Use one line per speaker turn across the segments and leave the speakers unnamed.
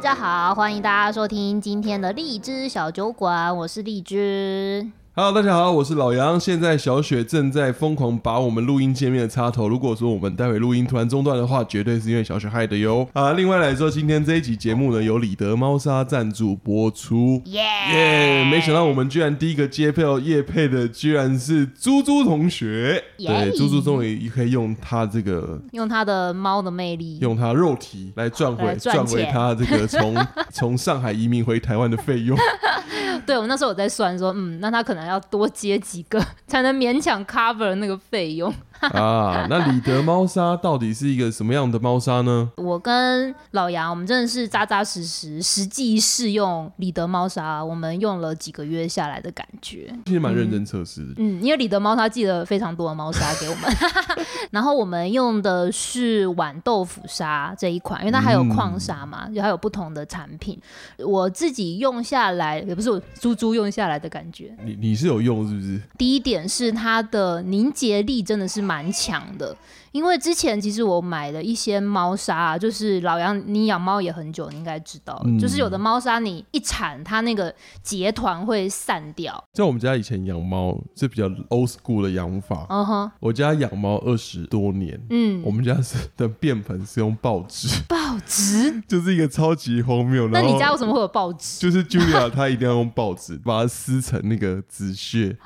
家好，欢迎大家收听今天的荔枝小酒馆，我是荔枝。
Hello，大家好，我是老杨。现在小雪正在疯狂拔我们录音界面的插头。如果说我们待会录音突然中断的话，绝对是因为小雪害的哟。啊，另外来说，今天这一集节目呢，由里德猫砂赞助播出。
耶、
耶、没想到我们居然第一个接配叶配的，居然是猪猪同学。
耶
对，猪猪终于可以用他这个。
用它的猫的魅力，
用他肉体来赚回
来赚
赚回
钱
他这个从从上海移民回台湾的费用，
对我那时候有在算说，嗯，那它可能要多接几个才能勉强 cover 那个费用。
啊，那里德猫砂到底是一个什么样的猫砂呢？
我跟老杨，我们真的是扎扎实实实际试用里德猫砂，我们用了几个月下来的感觉。
其实蛮认真测试的。
嗯，因为里德猫砂寄了非常多的猫砂给我 们， 然后我们用的是豌豆腐砂这一款，因为它还有矿
嗯
砂嘛，就还有不同的产品。我自己用下来，也不是我猪猪用下来的感觉。
你你是有用是不是？
第一点是它的凝结力真的是蛮强的，因为之前其实我买了一些猫砂、啊，就是老杨，你养猫也很久，你应该知道，
嗯
就是有的猫砂你一铲，它那个结团会散掉。
在我们家以前养猫是比较 old school 的养法，
嗯哼，
我家养猫二十多年。
嗯，
我们家是的便盆是用报纸，
报纸。
就是一个超级荒谬。
那
然后
你家为什么会有报纸？
就是 Julia 她一定要用报纸把它撕成那个纸屑，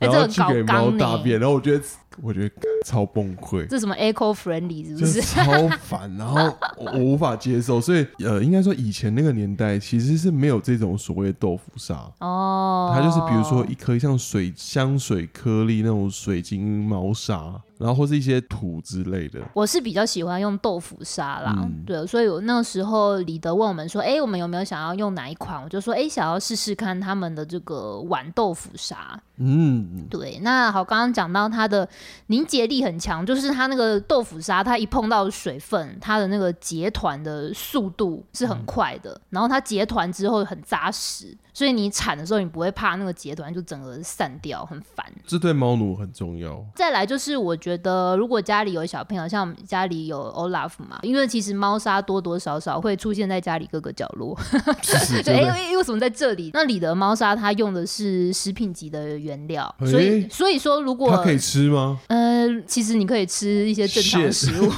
哎
然
这
后
很
去
搞
给
纲欸
猫
呢
大便。然后我觉得我觉得超崩溃，
这什么 eco friendly 是
就
不
是
是？
超烦，然后我我无法接受。所以呃，应该说以前那个年代其实是没有这种所谓的豆腐砂，
哦，
它就是比如说一颗像水香水颗粒那种水晶猫砂，然后或是一些土之类的。
我是比较喜欢用豆腐沙啦，
嗯
对，所以我那时候李德问我们说，哎、我们有没有想要用哪一款？我就说，哎、想要试试看他们的这个豌豆腐沙。
嗯，
对，那好，刚刚讲到它的凝结力很强，就是它那个豆腐沙，它一碰到水分，它的那个结团的速度是
嗯
很快的，然后它结团之后很扎实，所以你铲的时候你不会怕那个结团就整个散掉，很烦。
这对猫奴很重 要。
再来就是，我觉得如果家里有小朋友，像我们家里有 Olaf 嘛，因为其实猫砂多多少少会出现在家里各个角落。
就是
就哎、
真的
为为什么在这里？那里的猫砂它用的是食品级的原料，
哎
所以所以说如
它
果
可以吃吗？
呃，其实你可以吃一些正常的
Shit
食物，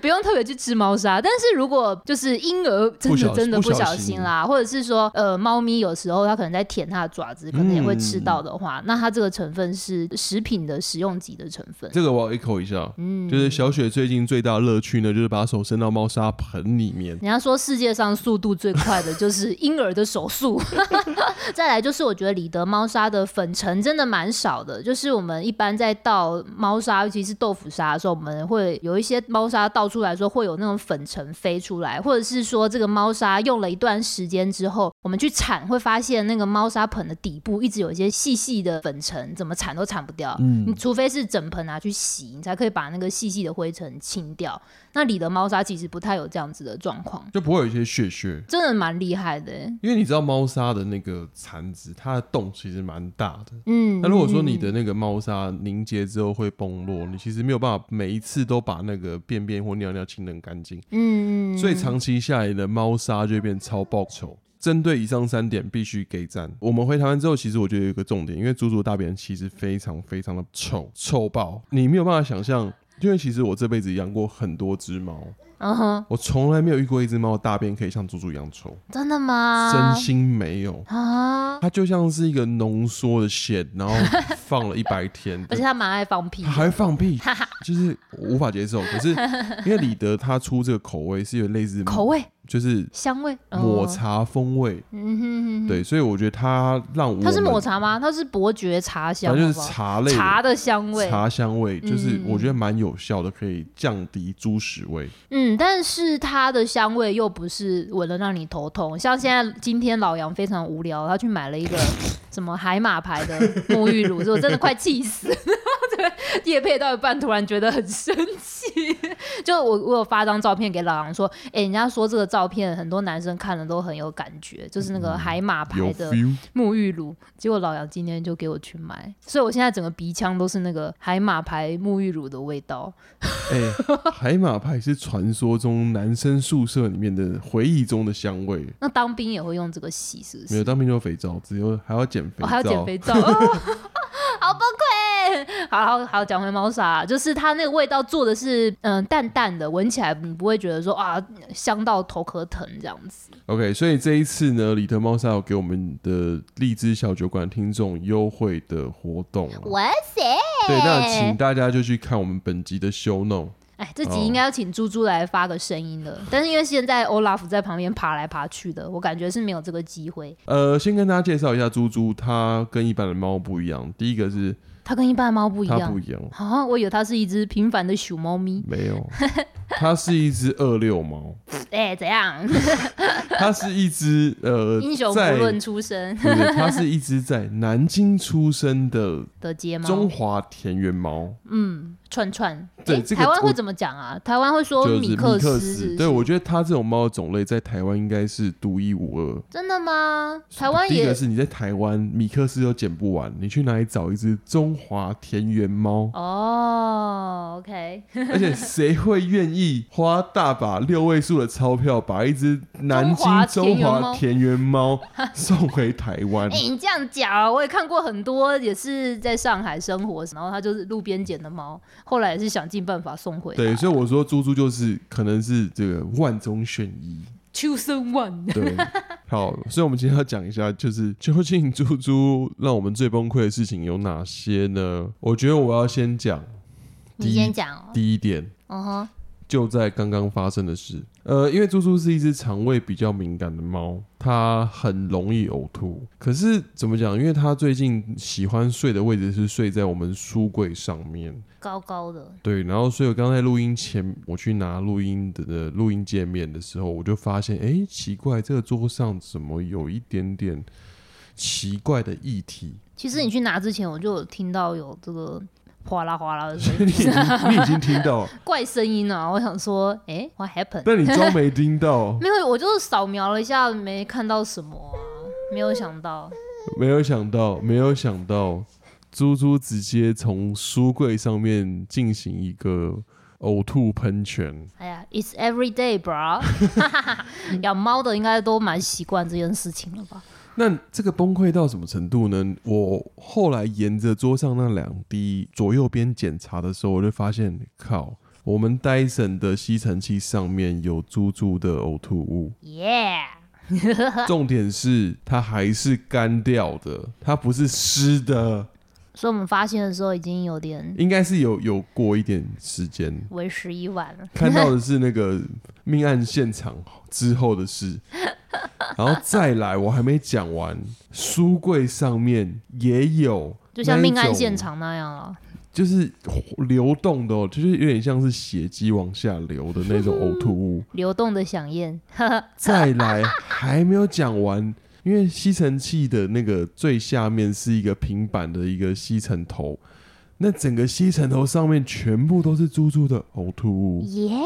不用特别去吃猫砂。但是如果就是婴儿真
不
的
小
真的
不
不
小
小
心
心啦，或者是说呃，猫咪有时候它可能在舔它的爪子，可能也会吃
嗯
到的话，那它这个成分是食品的食用级的成分。
这个我要 echo 一下，
嗯
就是小雪最近最大的乐趣呢，就是把手伸到猫砂盆里面。
人家说世界上速度最快的就是婴儿的手速， 再来就是我觉得里德猫砂的粉尘真的蛮少的，就是我们一般在倒猫砂，尤其是豆腐砂的时候，我们会有一些猫砂倒出来的时候会有那种粉尘飞出来，或者是说这个猫砂用了一段时间之后，我们去铲会发现那个猫砂盆的底部一直有一些细细的粉尘，怎么铲都铲不掉，你
嗯，
除非是整盆拿去洗，你才可以把那个细细的灰尘清掉。那里的猫砂其实不太有这样子的状况，
就不会有一些屑屑。
真的蛮厉害的欸、
因为你知道猫砂的那个残值，它的洞其实蛮大的。
嗯，
那如果说你的那个猫砂凝结之后会崩落，你其实没有办法每一次都把那个便便或尿尿清得很干净，
嗯，嗯嗯
所以长期下来的猫砂就会变超爆臭。针对以上三点，必须给赞。我们回台湾之后，其实我觉得有一个重点，因为猪猪大便其实非常非常的臭，臭爆，你没有办法想象。因为其实我这辈子养过很多只猫，
嗯哼，
我从来没有遇过一只猫的大便可以像猪猪一样臭，
真的吗？
真心没有。
啊，
它就像是一个浓缩的线，然后放了一百天，
而且他蛮爱放屁
它，还会放屁，就是我无法接受。可是因为李德他出这个口味是有类似
口味、
就是
香味，嗯
抹，茶风味，
嗯哼哼哼，
对，所以我觉得它让我
它是
们
抹，茶吗？它是伯爵茶香，
反正就是
好不好
茶类的
茶的香味，
茶香味，就是
嗯
我觉得蛮有效的，可以降低猪屎味。
嗯，但是它的香味又不是闻了让你头痛。像现在今天老杨非常无聊，他去买了一个什么海马牌 的 沐浴乳，所以我真的快气死。对，夜配到一半突然觉得很生气，就我我有发张照片给老杨说，哎、人家说这个照片很多男生看了都很有感觉，就是那个海马
嗯有
牌的
feel，
沐浴乳，结果老杨今天就给我去买，所以我现在整个鼻腔都是那个海马牌沐浴乳的味道。
哎、海马牌是传说中男生宿舍里面的回忆中的香味。
那当兵也会用这个洗，是不
没有
是？
当兵就有肥皂，只有还要减肥
我、
皂，
哦还要减肥 皂，哦 好崩溃。好好好，讲回猫砂，就是它那个味道做的是嗯、淡淡的，闻起来你不会觉得说啊香到头壳疼这样子。
OK，所以这一次呢，里特猫砂有给我们的荔枝小酒馆听众优惠的活动啊、
哇塞！
对，那请大家就去看我们本集的 show note。
哎，这集应该要请猪猪来发个声音了，
哦
但是因为现在 Olaf 在旁边爬来爬去的，我感觉是没有这个机会。
呃，先跟大家介绍一下猪猪，它跟一般的猫不一样。第一个是
它跟一般的猫不一
它
样
不。一样，
啊，我以为它是一只平凡的熊猫咪。
没有， 它是一只二六猫，
哎、怎样？
它是一只呃，
英雄不
在
论出身
不是，它是一只在南京出生的
的街猫嗯
中，华田园猫，
串串。
对
哎
这个
台湾
我
会怎么讲啊？台湾会说
就是米
克
克
是不
斯。
是
对，我觉得它这种猫的种类在台湾应该是独一无二。
真的吗？台湾
第一
也？
个是你在台湾米克斯都捡不完，你去哪里找一只中华田园猫
哦，OK，
而且谁会愿意花大把六位数的钞票把一只南京
中华田
中
园猫
华田 园猫送回台湾
哎、？你这样讲，我也看过很多，也是在上海生活，然后它就是路边捡的猫，后来也是想尽办法送回来。
对，所以我说猪猪就是可能是这个万中选一。
秋生万
对，好，所以我们今天要讲一下，就是究竟猪猪让我们最崩溃的事情有哪些呢？我觉得我要先讲第
你
一
先讲哦，
第一点，
嗯哼，
就在刚刚发生的事。呃，因为猪猪是一只肠胃比较敏感的猫，它很容易呕吐。可是怎么讲？因为它最近喜欢睡的位置是睡在我们书柜上面，
高高的，
对。然后，所以我刚才录音前，我去拿录音的的录音界面的时候，我就发现，哎，奇怪，这个桌上怎么有一点点奇怪的液体？
其实你去拿之前，我就有听到有这个哗啦哗啦的声
你已经你已经听到了，
怪声音啊！我想说，诶 w h a t happened？
但你装没听到，
没有，我就是扫描了一下，没看到什么啊，没有想到。
没有想到，没有想到，猪猪直接从书柜上面进行一个呕吐喷泉。
哎呀，It's every day, bro 。养猫的应该都蛮习惯这件事情了吧？
那这个崩溃到什么程度呢？我后来沿着桌上那两滴左右边检查的时候，我就发现，靠，我们戴森的吸尘器上面有猪猪的呕吐 物，
耶、
重点是它还是干掉的，它不是湿的，
所以我们发现的时候已经有点
应该是有有过一点时间。
为时已晚了。
看到的是那个命案现场之后 的事，然后再来，我还没讲完，书柜上面也有，
就像命案现，场那样啊，
就是流动的、哦，就是有点像是血迹往下流的那种呕吐物。
流动的响燕，
再来，还没有讲完。因为吸尘器的那个最下面是一个平板的一个吸尘头，那整个吸尘头上面全部都是猪猪的呕吐物。
耶、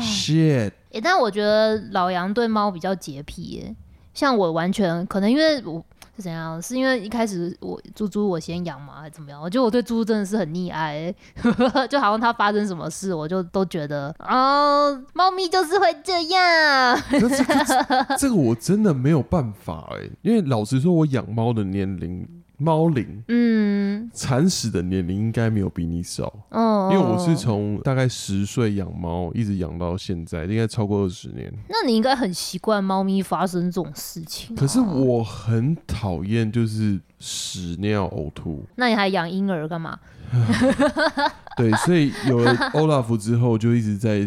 Shit！
欸，但我觉得老杨对猫比较洁癖耶，像我完全可能因为我是怎样，是因为一开始我猪猪我先养嘛，还是怎么样？我觉得我对猪猪真的是很溺爱 耶，就好像它发生什么事，我就都觉得哦，猫咪就是会这样。
可是这个这个我真的没有办法哎、因为老实说，我养猫的年龄，猫龄
嗯，
铲屎的年龄应该没有比你少，
哦，
因为我是从大概十岁养猫，一直养到现在，应该超过二十年。
那你应该很习惯猫咪发生这种事情啊、
可是我很讨厌就是屎尿呕吐，
那你还养婴儿干嘛？
对，所以有 了 Olaf 之后，就一直在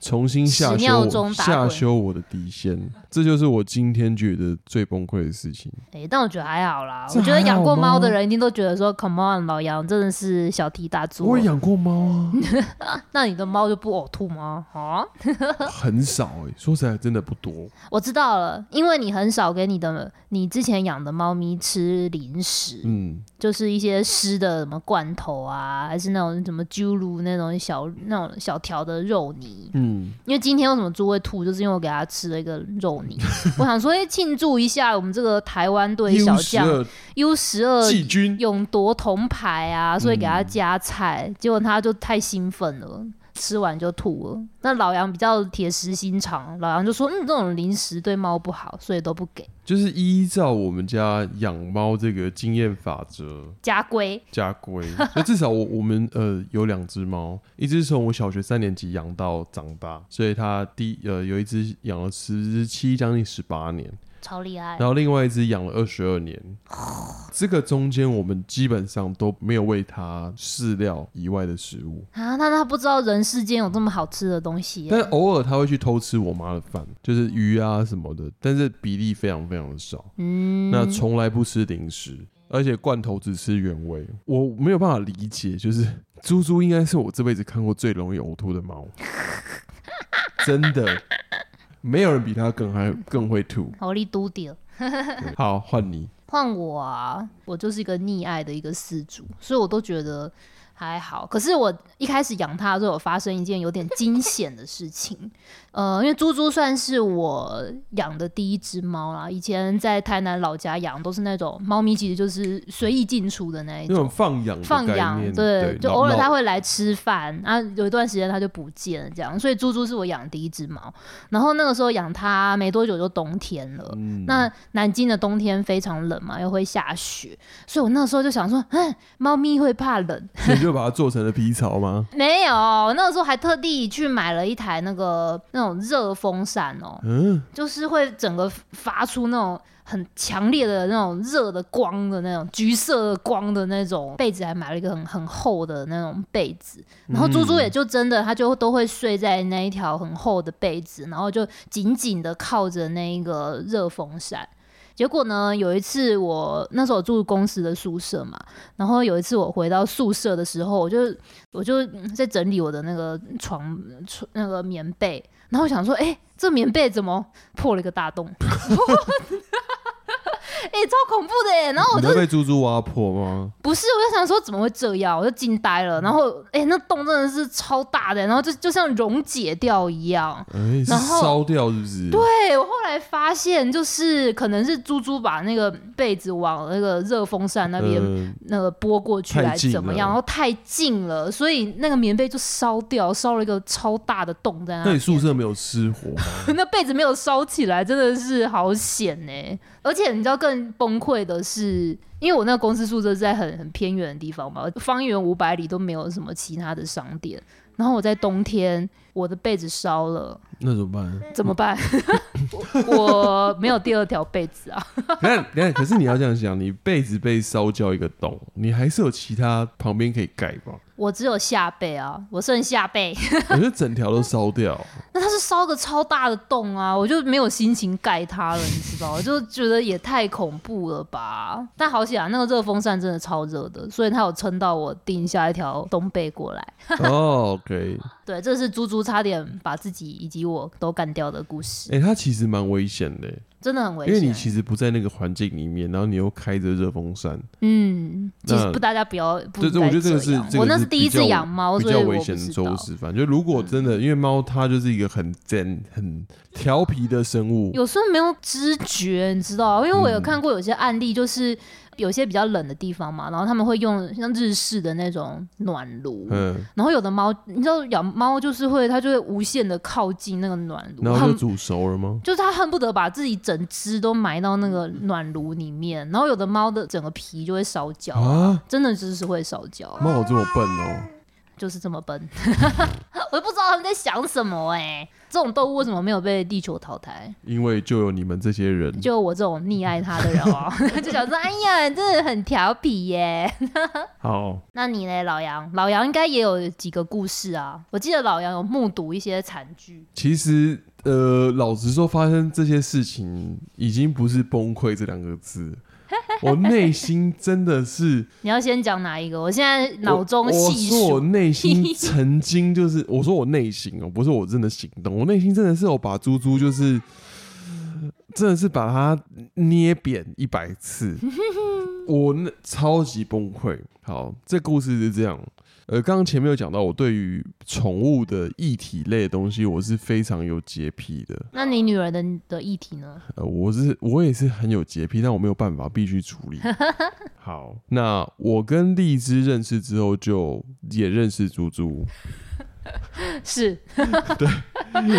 重新下
屎尿
修我
中打
下
滚
修我的底线，这就是我今天觉得最崩溃的事情。
哎、但我觉得还好啦。
这
我觉得
还
养
好
过猫的
吗
人一定都觉得说，Come on，老杨真的是小题大做。
我也养过猫 啊。
那你的猫就不呕吐吗？啊，
很少哎、说起来真的不多。
我知道了，因为你很少给你的你之前养的猫咪吃零零食，
嗯，
就是一些湿的什么罐头啊，还是那种什么啾噜那种小那种小条的肉泥。
嗯，
因为今天为什么猪会吐，就是因为我给它吃了一个肉 泥。我想说，哎，庆祝一下我们这个台湾队小
U 十
将
二
U 十二
季军，
勇夺铜牌啊，所以给他加菜，结果他就太兴奋了。吃完就吐了。那老杨比较铁石心肠，老杨就说：“嗯，这种零食对猫不好，所以都不给。
就是依照我们家养猫这个经验法则，”
家规
家规，就至少我我们呃有两只猫，一只从我小学三年级养到长大，所以它第呃有一只养了十七将近十八年，
超厉害
然，后另外一只养了二十二年，这个中间我们基本上都没有喂它饲料以外的食物，
啊，那他不知道人世间有这么好吃的东西耶、
但偶尔它会去偷吃我妈的饭，就是鱼啊什么的，但是比例非常非常的少。
嗯，
那从来不吃零食，而且罐头只吃原味。我没有办法理解，就是 猪猪应该是我这辈子看过最容易呕吐 的猫，真的，没有人比它更还更会 吐。
好力嘟点。
对好，换你，
换我啊，我就是一个溺爱的一个饲主，所以我都觉得还好。可是我一开始养它的时候，有发生一件有点惊险的事情。呃，因为猪猪算是我养的第一只猫啦，以前在台南老家养都是那种猫咪，其实就是随意进出的那一
那
种。
种放养的
放
概
养
念
对，就偶尔它
会
会来吃饭，啊，有一段时间它就不见了，这样。所以猪猪是我养的第一只猫，然后那个时候养它没多久就冬天了，
嗯
那南京的冬天非常冷嘛，又会下雪，所以我那时候就想说，嗯，猫咪会怕冷。
你就把它做成了皮草吗？
没有，我那个时候还特地去买了一台那个那种热风扇哦、
嗯，
就是会整个发出那种很强烈的那种热的光的那种橘色的光的那种被子，还买了一个很很厚的那种被子。
嗯
然后猪猪也就真的，它就都会睡在那一条很厚的被子，然后就紧紧的靠着那一个热风扇。结果呢，有一次我那时候我住公司的宿舍嘛，然后有一次我回到宿舍的时候，我就我就嗯在整理我的那个床床那个棉被，然后我想说，哎、这棉被怎么破了一个大洞？ 哎、超恐怖的耶！然后我
你
就
会被猪猪挖破吗？
不是，我就想说怎么会这样，我就惊呆了。然后，哎、那洞真的是超大的，然后就就像溶解掉一样。
哎、是
然后
烧掉是不是？对，
对我后来发现，就是可能是猪猪把那个被子往那个热风扇那
呃
边、嗯那个拨过去
太
还
近
怎么样，
了
然后太近了，所以那个棉被就烧掉，烧了一个超大的洞在那
那
边。
你宿舍没有失火吗？
那被子没有烧起来，真的是好险呢、而且你知道更崩溃的是，因为我那个公司宿舍是在很很偏远的地方嘛，方圆五百里都没有什么其他的商店。然后我在冬天，我的被子烧了，
那怎么办？
怎么办？ 我 我没有第二条被子啊。
等一下等一下，可是你要这样想，你被子被烧焦一个洞，你还是有其他旁边可以盖 吧？
我只有下被啊，我剩下被，
我觉得整条都烧 掉，
那它是烧个超大的洞啊，我就没有心情盖它了，你知道，我就觉得也太恐怖了吧。但好险啊，那个热风扇真的超热的，所以它有撑到我订下一条冬被过来。
哦，OK，
对，这是猪猪差点把自己以及我都干掉的故事，
哎、它其实蛮危险的，
真的很危
因
险。
为你其实不在那个环境里面，然后你又开着热风扇，
嗯，其实
那
不，大家不要不
这
应
这我
该
觉得这个
这
是
样。
这个
我那
是
是第一
比
次
较
养猫，
比
所以
较
我
危
不
险的
知
周
道。嗯
示范。就如果真的，因为猫它就是一个很真、很调皮的生物，
有时候没有知觉，你知道，因为我有
嗯
看过有些案例，就是有些比较冷的地方嘛，然后他们会用像日式的那种暖炉。
嗯，
然后有的猫，你知道养猫就是会，它就会无限的靠近那个暖炉，
然后
它
就煮熟了吗？
就是它恨不得把自己整只都埋到那个暖炉里面。然后有的猫的整个皮就会烧焦，
啊，
真的就是会烧焦，
猫有这么笨哦、
就是这么笨。 我都不知道他们在想什么哎、这种动物为什么没有被地球淘汰？
因为就有你们这些人，
就我这种溺爱他的人哦， 就想说，哎呀，你真的很调皮耶。
好，
那你嘞，老杨，老杨应该也有几个故事啊。我记得老杨有目睹一些惨剧，
其实，呃，老实说，发生这些事情已经不是崩溃这两个 字，我内心真的是
你要先讲哪一个？我现在
我
脑中
我
细
说我
数，
内心曾经就是，我说我内心哦、不是我真的行动，我内心真的是有把猪猪就是真的是把它捏扁一百 次，我那超级崩溃。好，这故事是这样。呃，刚刚前面有讲到，我对于宠物的议题类的东西，我是非常有洁癖的。
那你女儿的的议题 呢？
呃，我是我也是很有洁癖，但我没有办法，必须处 理。好，那我跟荔枝认识之后，就也认识猪猪，
是，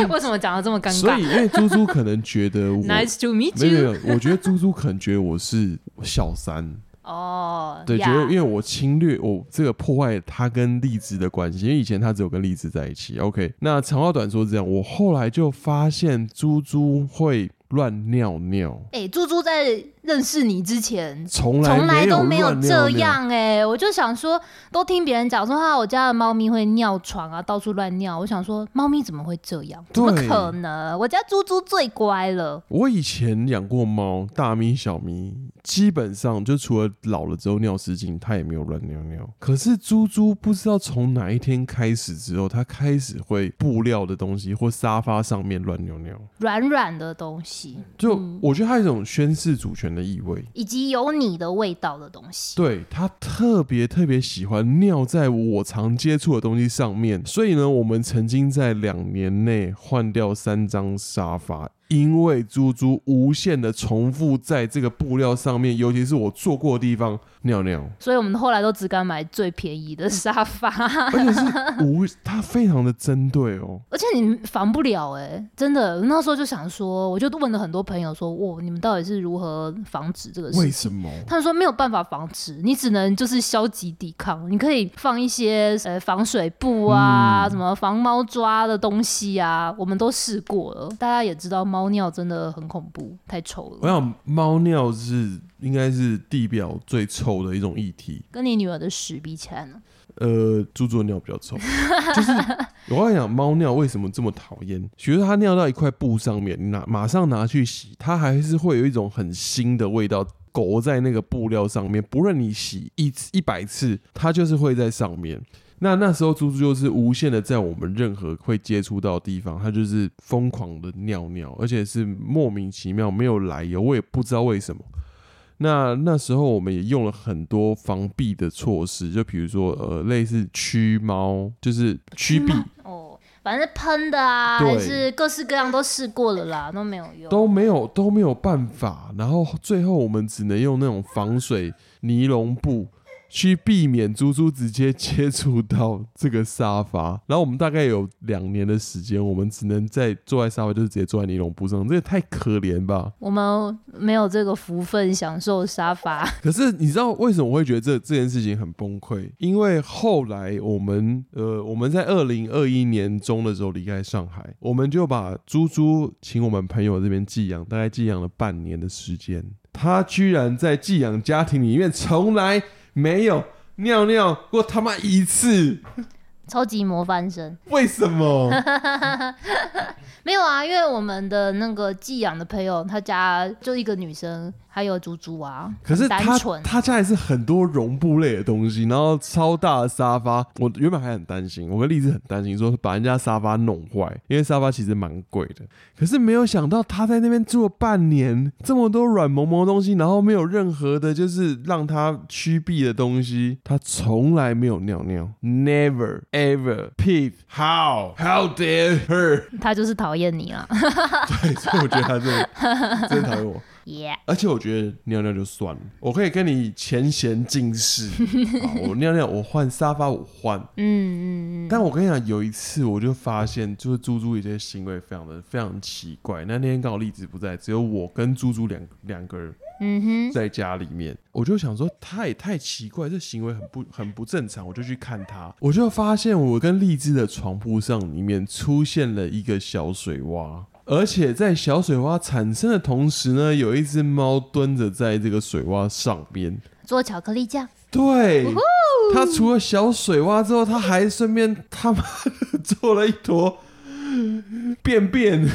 为什么讲的这么尴
所以
尬
因为猪猪可能觉得 我
？Nice to meet
没有
you。
没有，我觉得猪猪可能觉得我是小 三，
哦，
对，觉
呀
得因为我侵略我这个破坏他跟荔枝的关系，因为以前他只有跟荔枝在一起。OK，那长话短说是这样，我后来就发现猪猪会乱尿尿，
哎，猪猪在认识你之前。
从来
从来都没有
乱尿
这
尿
样哎、我就想说，都听别人讲说哈，我家的猫咪会尿床啊，到处乱尿。我想说，猫咪怎么会这样？怎么
对
可能？我家猪猪最乖了。
我以前养过猫，大咪、小咪，基本上就除了老了之后尿失禁，它也没有乱尿尿。可是猪猪不知道从哪一天开始之后，它开始会布料的东西或沙发上面乱尿尿，
软软的东西，
就、我觉得它有一种宣示主权的意味。
以及有你的味道的东西。
对它特别特别喜欢尿在我常接触的东西上面，所以呢，我们曾经在两年内换掉三张沙发，因为猪猪无限的重复在这个布料上面，尤其是我坐过的地方尿尿，
所以我们后来都只敢买最便宜的沙发，
而且是无它非常的针对哦。
而且你防不了哎、真的。那时候就想说，我就问了很多朋友说，哇，你们到底是如何防止这个事
为
情？
什么？
他们说没有办法防止，你只能就是消极抵抗。你可以放一些呃防水布
嗯
啊，什么防猫抓的东西啊，我们都试过了。大家也知道猫尿真的很恐怖，太臭
我
了。
想猫尿是应该是地表最臭的一种议题。
跟你女儿的屎比起来呢？
呃，猪猪的尿比较臭，就是我跟你讲，猫尿为什么这么讨厌？比如说它尿到一块布上面，你拿马上拿去洗，它还是会有一种很腥的味道。裹在那个布料上面，不论你洗一次一百次，它就是会在上面。那那时候猪猪就是无限的在我们任何会接触到的地方，它就是疯狂的尿尿，而且是莫名其妙没有来由，我也不知道为什么。那那时候我们也用了很多防避的措施，就比如说呃类似驱猫，就是驱避
哦，反正喷的啊，
嗯对
还是各式各样都试过了啦，都没有用。
都没有都没有办法，然后最后我们只能用那种防水尼龙布。去避免猪猪直接接触到这个沙发，然后我们大概有两年的时间，我们只能在坐在沙发，就是直接坐在尼龙布上，这也太可怜吧。
我们没有这个福分享受沙发，
可是你知道为什么我会觉得这这件事情很崩溃？因为后来我们呃我们在二零二一年中的时候离开上海，我们就把猪猪请我们朋友这边寄养，大概寄养了半年的时间，他居然在寄养家庭里面从来没有尿尿过他妈一次，
超级模范生
为什么？
没有啊，因为我们的那个寄养的朋友，他家就一个女生，还有猪猪啊，
可是
很单
他
纯。
他家也是很多绒布类的东西，然后超大的沙发，我原本还很担心，我跟荔枝很担心说把人家沙发弄坏，因为沙发其实蛮贵的。可是没有想到他在那边住了半年，这么多软萌萌的东西，然后没有任何的就是让他驱避的东西，他从来没有尿尿，never ever peep how how dare her？
他就是讨厌你啊
对，所以我觉得他真的真的讨厌我。
，Yeah，
而且我觉得尿尿就算了，我可以跟你前嫌尽释。好我尿尿，我换沙发，我换。
嗯嗯嗯，
但我跟你讲，有一次我就发现，就是猪猪有些行为非常的非常奇怪。那天刚好荔枝不在，只有我跟猪猪两两个人
嗯哼，
在家里面，我就想说，他也太奇怪，这行为很不很不正常。我就去看他，我就发现我跟荔枝的床铺上里面出现了一个小水洼。而且在小水洼产生的同时呢，有一只猫蹲着在这个水洼上边。
做巧克力酱，
对，它除了小水洼之后，它还顺便他妈的做了一坨便便。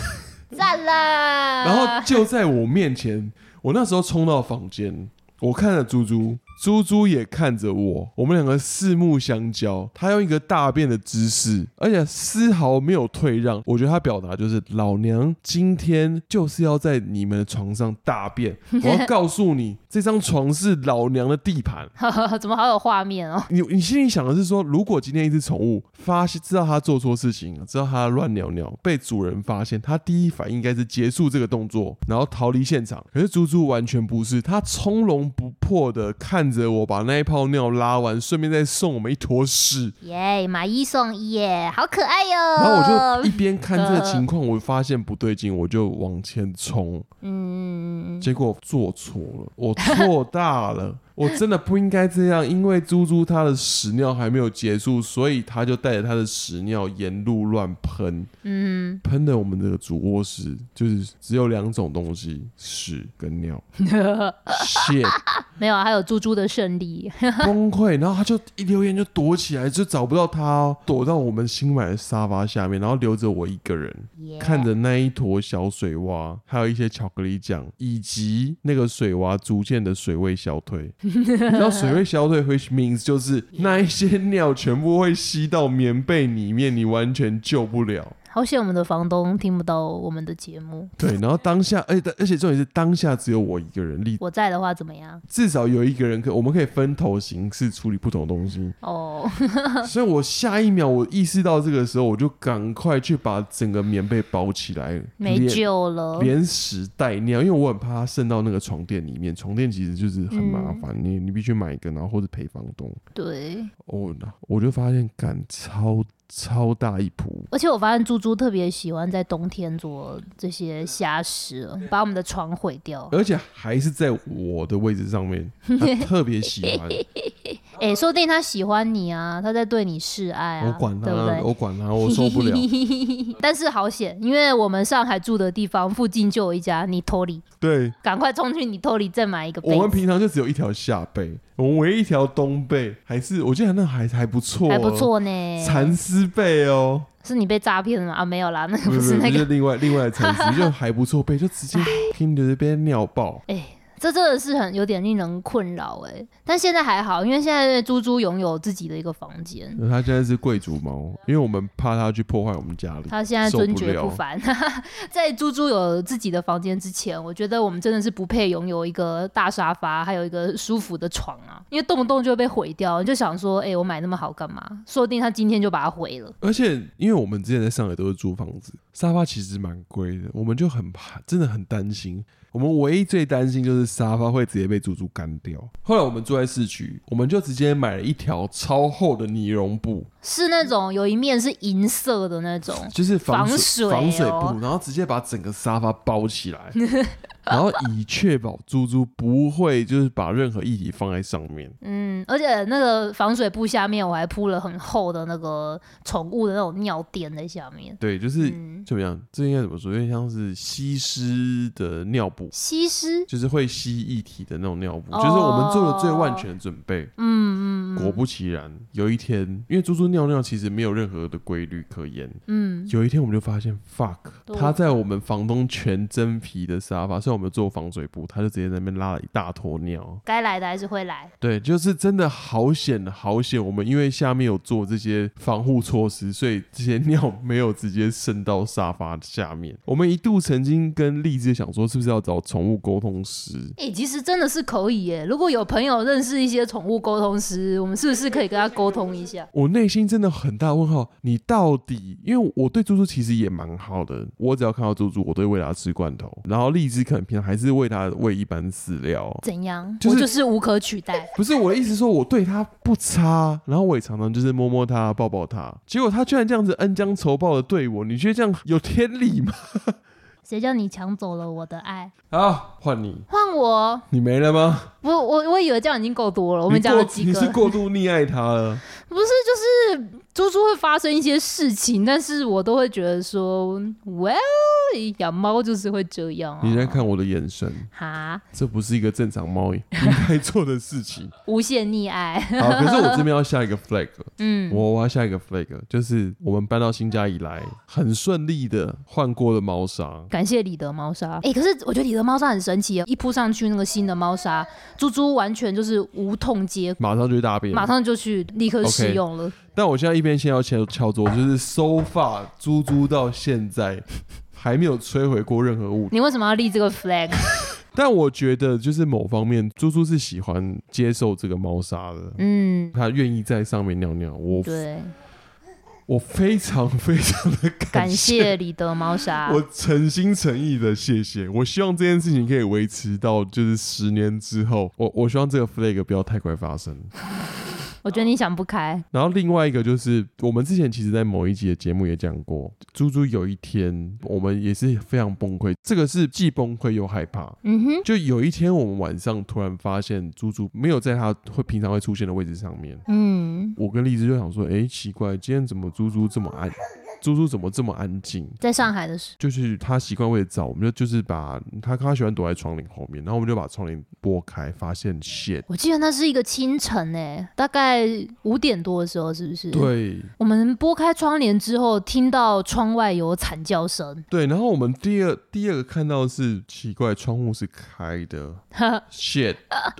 赞啦！
然后就在我面前，我那时候冲到房间，我看了猪猪，猪猪也看着我，我们两个四目相交。他用一个大便的姿势，而且丝毫没有退让。我觉得他表达就是：老娘今天就是要在你们的床上大便，我要告诉你，这张床是老娘的地盘。
怎么好有画面哦？
你你心里想的是说，如果今天一只宠物发现知道它做错事情了，知道它乱尿尿被主人发现，它第一反应应该是结束这个动作，然后逃离现场。可是猪猪完全不是，它从容不迫的看着我把那一泡尿拉完，顺便再送我们一坨屎。
耶、买一送一耶，好可爱哟、
然后我就
嗯
一边看这个情况，我发现不对劲，我就往前冲，
嗯，
结果做错了，我错大了，我真的不应该这样。因为猪猪它的屎尿还没有结束，所以它就带着它的屎尿沿路乱喷，嗯，喷的我们这个主卧室就是只有两种东西，屎 跟尿，shit
没有啊，还有猪猪的胜利，
崩溃。然后他就一溜烟就躲起来，就找不到他、哦，躲到我们新买的沙发下面，然后留着我一个人。
耶
看着那一坨小水蛙，还有一些巧克力酱，以及那个水蛙逐渐的水位消退。你知道水位消退，which means 就是那一些尿全部会吸到棉被里面，你完全救不了。
好险我们的房东听不到我们的节目，
对，然后当下，而且而且重点是当下只有我一个人立，
我在的话怎么样？
至少有一个人可，我们可以分头形式处理不同的东西。
哦，
所以我下一秒我意识到这个时候，我就赶快去把整个棉被包起来，
没
连
救了，
连屎带尿，因为我很怕它渗到那个床垫里面。床垫其实就是很麻烦，
嗯
你你必须买一个，然后或者赔房东。
对。
哦，
嗯
我就发现感超超大一扑，
而且我发现猪猪特别喜欢在冬天做这些虾食，把我们的床毁掉。
而且还是在我的位置上面，他特别喜 欢。
哎、说不定他喜欢你啊，他在对你示爱啊，
我管他
对不对，？
我管他，我受不 了。
但是好险，因为我们上海住的地方附近就有一家你托里，
对
赶快冲去你托里再买一个
我
被
们
子，
平常就只有一条下背，我们唯一一条东背，还是我记得那还还不错、哦
还不。错呢。
蚕丝被哦，
是你被诈骗了吗？啊，没有啦，那个
不
不
是
是那个
不是。另外另外的蚕 丝，就还不错被，就直接听着这边尿爆。
哎、这真的是很有点令人困扰哎、但现在还好，因为现在猪猪拥有自己的一个房间。
那它现在是贵族猫，因为我们怕它去破坏我们家里。
他现在尊爵
嗯受不
不
了
凡， 在猪猪有自己的房间之前，我觉得我们真的是不配拥有一个大沙发，还有一个舒服的床啊，因为动不动就会被毁掉。你就想说，哎、我买那么好干嘛？说不定他今天就把它毁了。
而且，因为我们之前在上海都是租房子，沙发其实蛮贵的，我们就很怕，真的很担心。我们唯一最担心就是沙发会直接被猪猪干掉。后来我们住在市区，我们就直接买了一条超厚的尼龙布，
是那种有一面是银色的那种，
就是防
防
水
水哦
防水布，然后直接把整个沙发包起来，然后以确保猪猪不会就是把任何液体放在上面。
嗯，而且那个防水布下面我还铺了很厚的那个宠物的那种尿垫在下面，
对，就是
嗯，
怎么样？这应该怎么说？有点像是吸湿的尿布，
吸湿，
就是会吸液体的那种尿布，
哦
就是我们做了最万全的准备。嗯嗯。果不其然，有一天，因为猪猪尿尿其实没有任何的规律可言。
嗯，
有一天，我们就发现，fuck，
对
它在我们房东全真皮的沙发，虽然我们做防水布，它就直接在那边拉了一大坨尿。
该来的还是会来，
对，就是真的好险，好险！我们因为下面有做这些防护措施，所以这些尿没有直接渗到沙发下面。我们一度曾经跟荔枝想说，是不是要找宠物沟通师？
哎、其实真的是可以耶。如果有朋友认识一些宠物沟通师，我们是不是可以跟他沟通一下？
我内心真的很大问号，你到底？因为我对猪猪其实也蛮好的，我只要看到猪猪，我都会喂它吃罐头，然后荔枝可能平常还是喂它喂一般饲料。
怎样？
就是
我就是无可取代。
不是我的意思，说我对它不差，然后我也常常就是摸摸它、抱抱它，结果它居然这样子恩将仇报的对我，你觉得这样有天理吗？
谁叫你抢走了我的爱？
啊，换你，
换我，
你没了吗？
我我我以为这样已经够多了。我们
你
讲
过
了几
你
个，
是过度溺爱它了，
不是就是猪猪会发生一些事情，但是我都会觉得说，Well，养猫就是会这样啊。
你在看我的眼神，
哈，
这不是一个正常猫应该做的 事情。
无限溺爱，
好，可是我这边要下一个 flag，
嗯，
我我要下一个 flag，就是我们搬到新家以来，很顺利的换过了猫砂。
感谢里德猫砂。哎、可是我觉得里德猫砂很神奇哦，一铺上去那个新的猫砂，猪猪完全就是无痛接，
马上就去大便，
马上就去立刻
OK
使用了。
但我现在一边先要敲敲桌，就是收发猪猪到现在还没有摧毁过任何物体。
你为什么要立这个 flag？
但我觉得就是某方面，猪猪是喜欢接受这个猫砂的，
嗯，
它愿意在上面尿尿。我
对，
我非常非常的
感
谢
谢啊里德猫 砂。
我诚心诚意的谢谢，我希望这件事情可以维持到就是十年之后，我我希望这个 flag 不要太快发生。
我觉得你想不开，
然后另外一个就是，我们之前其实，在某一集的节目也讲过，猪猪有一天我们也是非常崩溃，这个是既崩溃又害怕。
嗯哼，
就有一天我们晚上突然发现猪猪没有在它会平常会出现的位置上面，
嗯，
我跟荔枝就想说，诶，奇怪，今天怎么猪猪这么安，猪猪怎么这么安静？
在上海的时
就是它习惯会找，我们就就是把它它喜欢躲在窗帘后面，然后我们就把窗帘拨开，发现 shit，
我记得那是一个清晨诶、大概五点多的时候，是不是？。
对
我们拨开窗帘之后，听到窗外有惨叫声，
对，然后我们第二第二个看到是奇怪，窗户是开的，shit，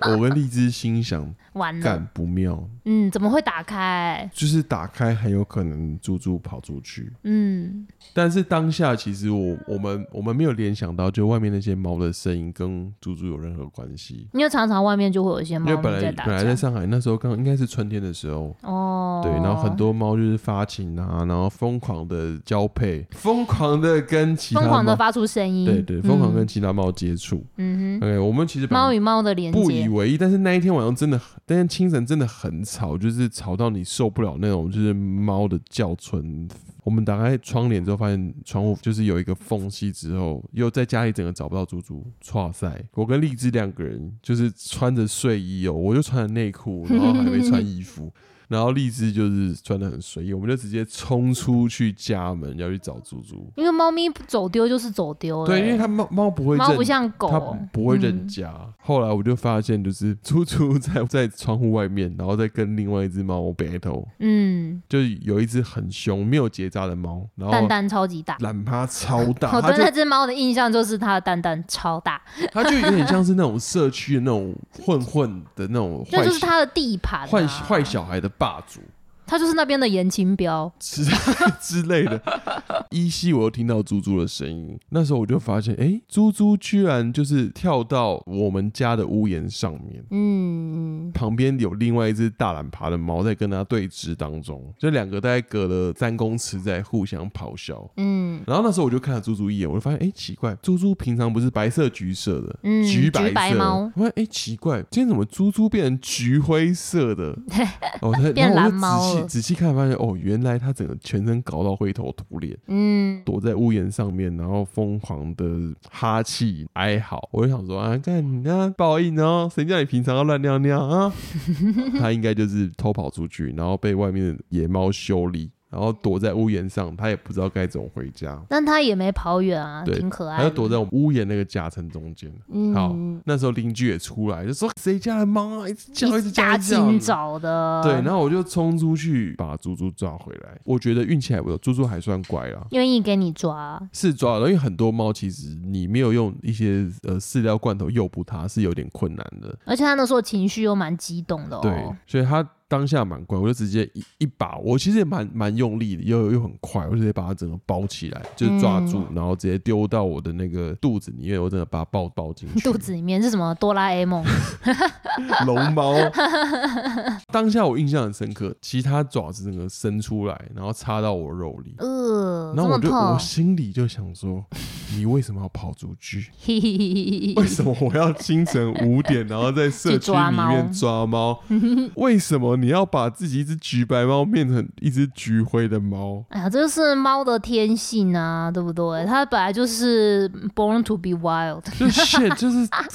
我跟荔枝 心想，
完了，
干不妙，
嗯，怎么会打开？
就是打开很有可能猪猪跑出去，
嗯，
但是当下其实我我们我们没有联想到，就外面那些猫的声音跟猪猪有任何关系。
因为常常外面就会有一些
因
猫
为
咪
本来
打
本来在
架，
上海那时候刚应该是春天的时候，
哦，
对，然后很多猫就是发情啊，然后疯狂的交配，疯狂的跟其他
疯狂的
猫，
发出声音，
对对，疯狂跟
嗯
其他猫接触。
嗯哼，
OK，我们其实本来
猫与猫的连
不以
接，
为意，但是那一天晚上真的很，但是清晨真的很吵，就是吵到你受不了那种就是猫的叫声。我们打开窗帘之后，发现窗户就是有一个缝隙，之后又在家里整个找不到猪猪。哇塞！我跟荔枝两个人就是穿着睡衣哦，我就穿着内裤，然后还没穿衣服。然后荔枝就是穿的很随意，我们就直接冲出去家门要去找猪猪。
因为猫咪走丢就是走丢了、欸
对，因为它猫猫不会
猫
认
不像狗，嗯
它不会认家。后来我就发现，就是猪猪在在窗户外面，然后再跟另外一只猫 battle，
嗯，
就是有一只很凶、没有结扎的猫，然
蛋
后
蛋超级大。
懒趴超大，
我
它
对那
就
只猫的印象就是它的蛋蛋超大，
它就有点像是那种社区的那种混混的那种
那
坏
就是
小
它的地盘、啊，
坏坏小孩的霸主。
它就是那边的严清标。
之 之类的。依稀我又听到猪猪的声音，那时候我就发现，哎、猪猪居然就是跳到我们家的屋檐上面。
嗯，
旁边有另外一只大懒爬的猫在跟它对峙当中，这两个大概隔了三公尺在互相咆哮。
嗯
然后那时候我就看了猪猪一眼，我就发现，哎、奇怪，猪猪平常不是白色橘色的，
嗯
橘白
橘白
色，
猫
我发现，哎、奇怪，今天怎么猪猪变成橘灰色 的？哦，它
变
然后我
蓝
就
猫
仔
了
细仔细看，发现哦，原来它整个全身搞到灰头土脸，
嗯，
躲在屋檐上面，然后疯狂的哈气哀嚎。我就想说啊，看你那报应哦，谁叫你平常要乱尿尿啊？ 他应该就是偷跑出去，然后被外面的野猫修理，然后躲在屋檐上，他也不知道该怎么回家，
但它也没跑远啊，
对
挺可
他
爱
就
的。
躲在我们屋檐那个夹层中间。好
嗯，
那时候邻居也出来，就说谁家的猫啊，一直叫，一直叫，
大
一直叫
清。早啊的，
对，然后我就冲出去把猪猪抓回来。我觉得运气还不错，猪猪还算乖啦。
愿意给你抓，
是抓得到，因为很多猫其实你没有用一些呃饲料罐头诱捕它是有点困难的，
而且它那时候情绪又蛮激动的
对
哦。，
所以它当下蛮乖，我就直接一一把，我其实也蛮蛮用力的，又又很快，我就直接把它整个包起来，就是抓住，
嗯
然后直接丢到我的那个肚子里面，我真的把它抱抱进去，
肚子里面是什么哆啦 A 梦？
龙猫。当下我印象很深刻，其实它爪子整个伸出来，然后插到我肉里。
呃，
然
这
后我
么
就我
痛，
心里就想说，你为什么要跑出去？
嘿嘿嘿嘿
为
嘿。
什么我要清晨五点，然后在社区里面抓 猫？为什么你要把自己一只橘白猫变成一只橘灰的猫？
哎呀，这就是猫的天性啊，对不对？它本来就是 born to be wild，
就 shit，就是，嘎，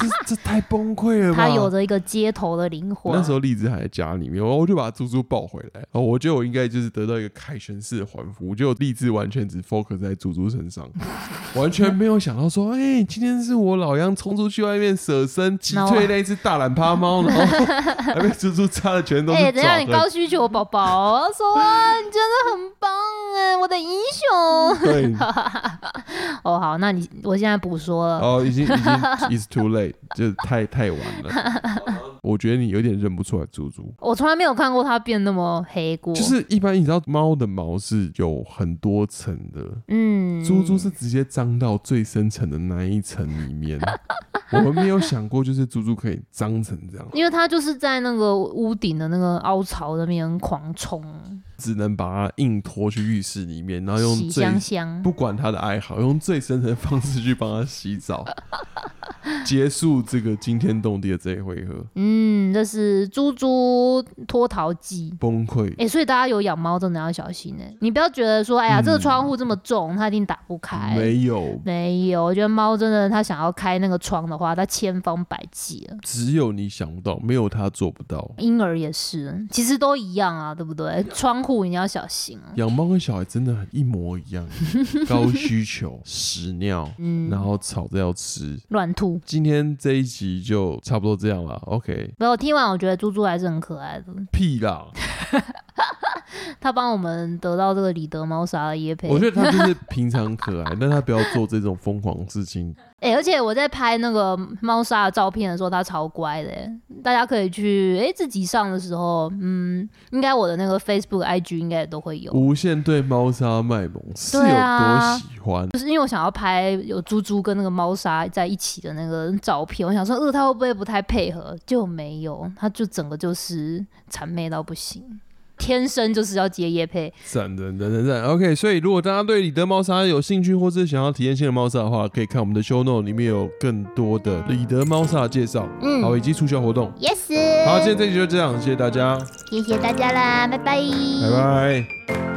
这这太崩溃了
它
吧！
有着一个街头的灵魂。
那时候荔枝还在家里面，然后我就把猪猪抱回来。哦，我觉得我应该就是得到一个凯旋式的还服，就立志完全只 focus 在猪猪身 上，完全没有想到说，哎、今天是我老杨冲出去外面舍身击退那一只大懒趴猫，然后还被猪猪扎的全都
哎、
是
等一下
爪
你高
痕。
需求宝宝，说啊，你真的很棒哎，我的英雄。
对，嗯
哦，好，那你我现在不说了。
哦，已经已 经 is too late，就是太太晚了。 我觉得你有点认不出来猪猪。
我从来没有看过它变那么黑过，
就是一般你知道猫的毛是有很多层的，
嗯，
猪猪是直接脏到最深层的那一层 里面。我们没有想过，就是猪猪可以脏成这样，
因为它就是在那个屋顶的那个凹槽那边狂冲，
只能把它硬拖去浴室里面，然后用
洗
最
香香。
不管它的爱好，用最深层的方式去帮它 洗澡，结束这个惊天动地的这一回合，
嗯，这是猪猪脱逃记。
崩溃。
哎、所以大家有养猫真的要小心哎、你不要觉得说，哎呀，
嗯
这个窗户这么重，它一定打不开。
没有，
没有，我觉得猫真的，它想要开那个窗的话，它千方百计了。
只有你想不到，没有它做不到。
婴儿也是，其实都一样啊，对不对？窗户你要小心啊。
养猫跟小孩真的很一模一 样，高需求、屎尿，
嗯，
然后吵着要吃。
乱吐。
今天这一集就差不多这样了，OK？
没有听完，我觉得猪猪还是很可爱的。
屁啦！
它帮我们得到这个里德猫砂的叶配
我，觉得他就是平常可爱，但 他不要做这种疯狂的 事情。
哎、而且我在拍那个猫砂的照片的时候，它超乖的欸。大家可以去哎、自己上的时候，嗯，应该我的那个 Facebook、IG 应该也都会有，
无限对猫砂卖萌是有
对啊
多喜欢？
就是因为我想要拍有猪猪跟那个猫砂在一起的那个照片，我想说，呃，它会不会不太配合？就没有，它就整个就是谄媚到不行，天生就是要接叶配。
赞赞赞赞赞！OK，所以如果大家对里德猫砂有兴趣，或是想要体验新的猫砂的话，可以看我们的 show note 里面有更多的里德猫砂的介绍，
嗯
好以及促销活动。
Yes，
好，今天这集就这样，谢谢大家，
谢谢大家啦，拜拜，
拜拜。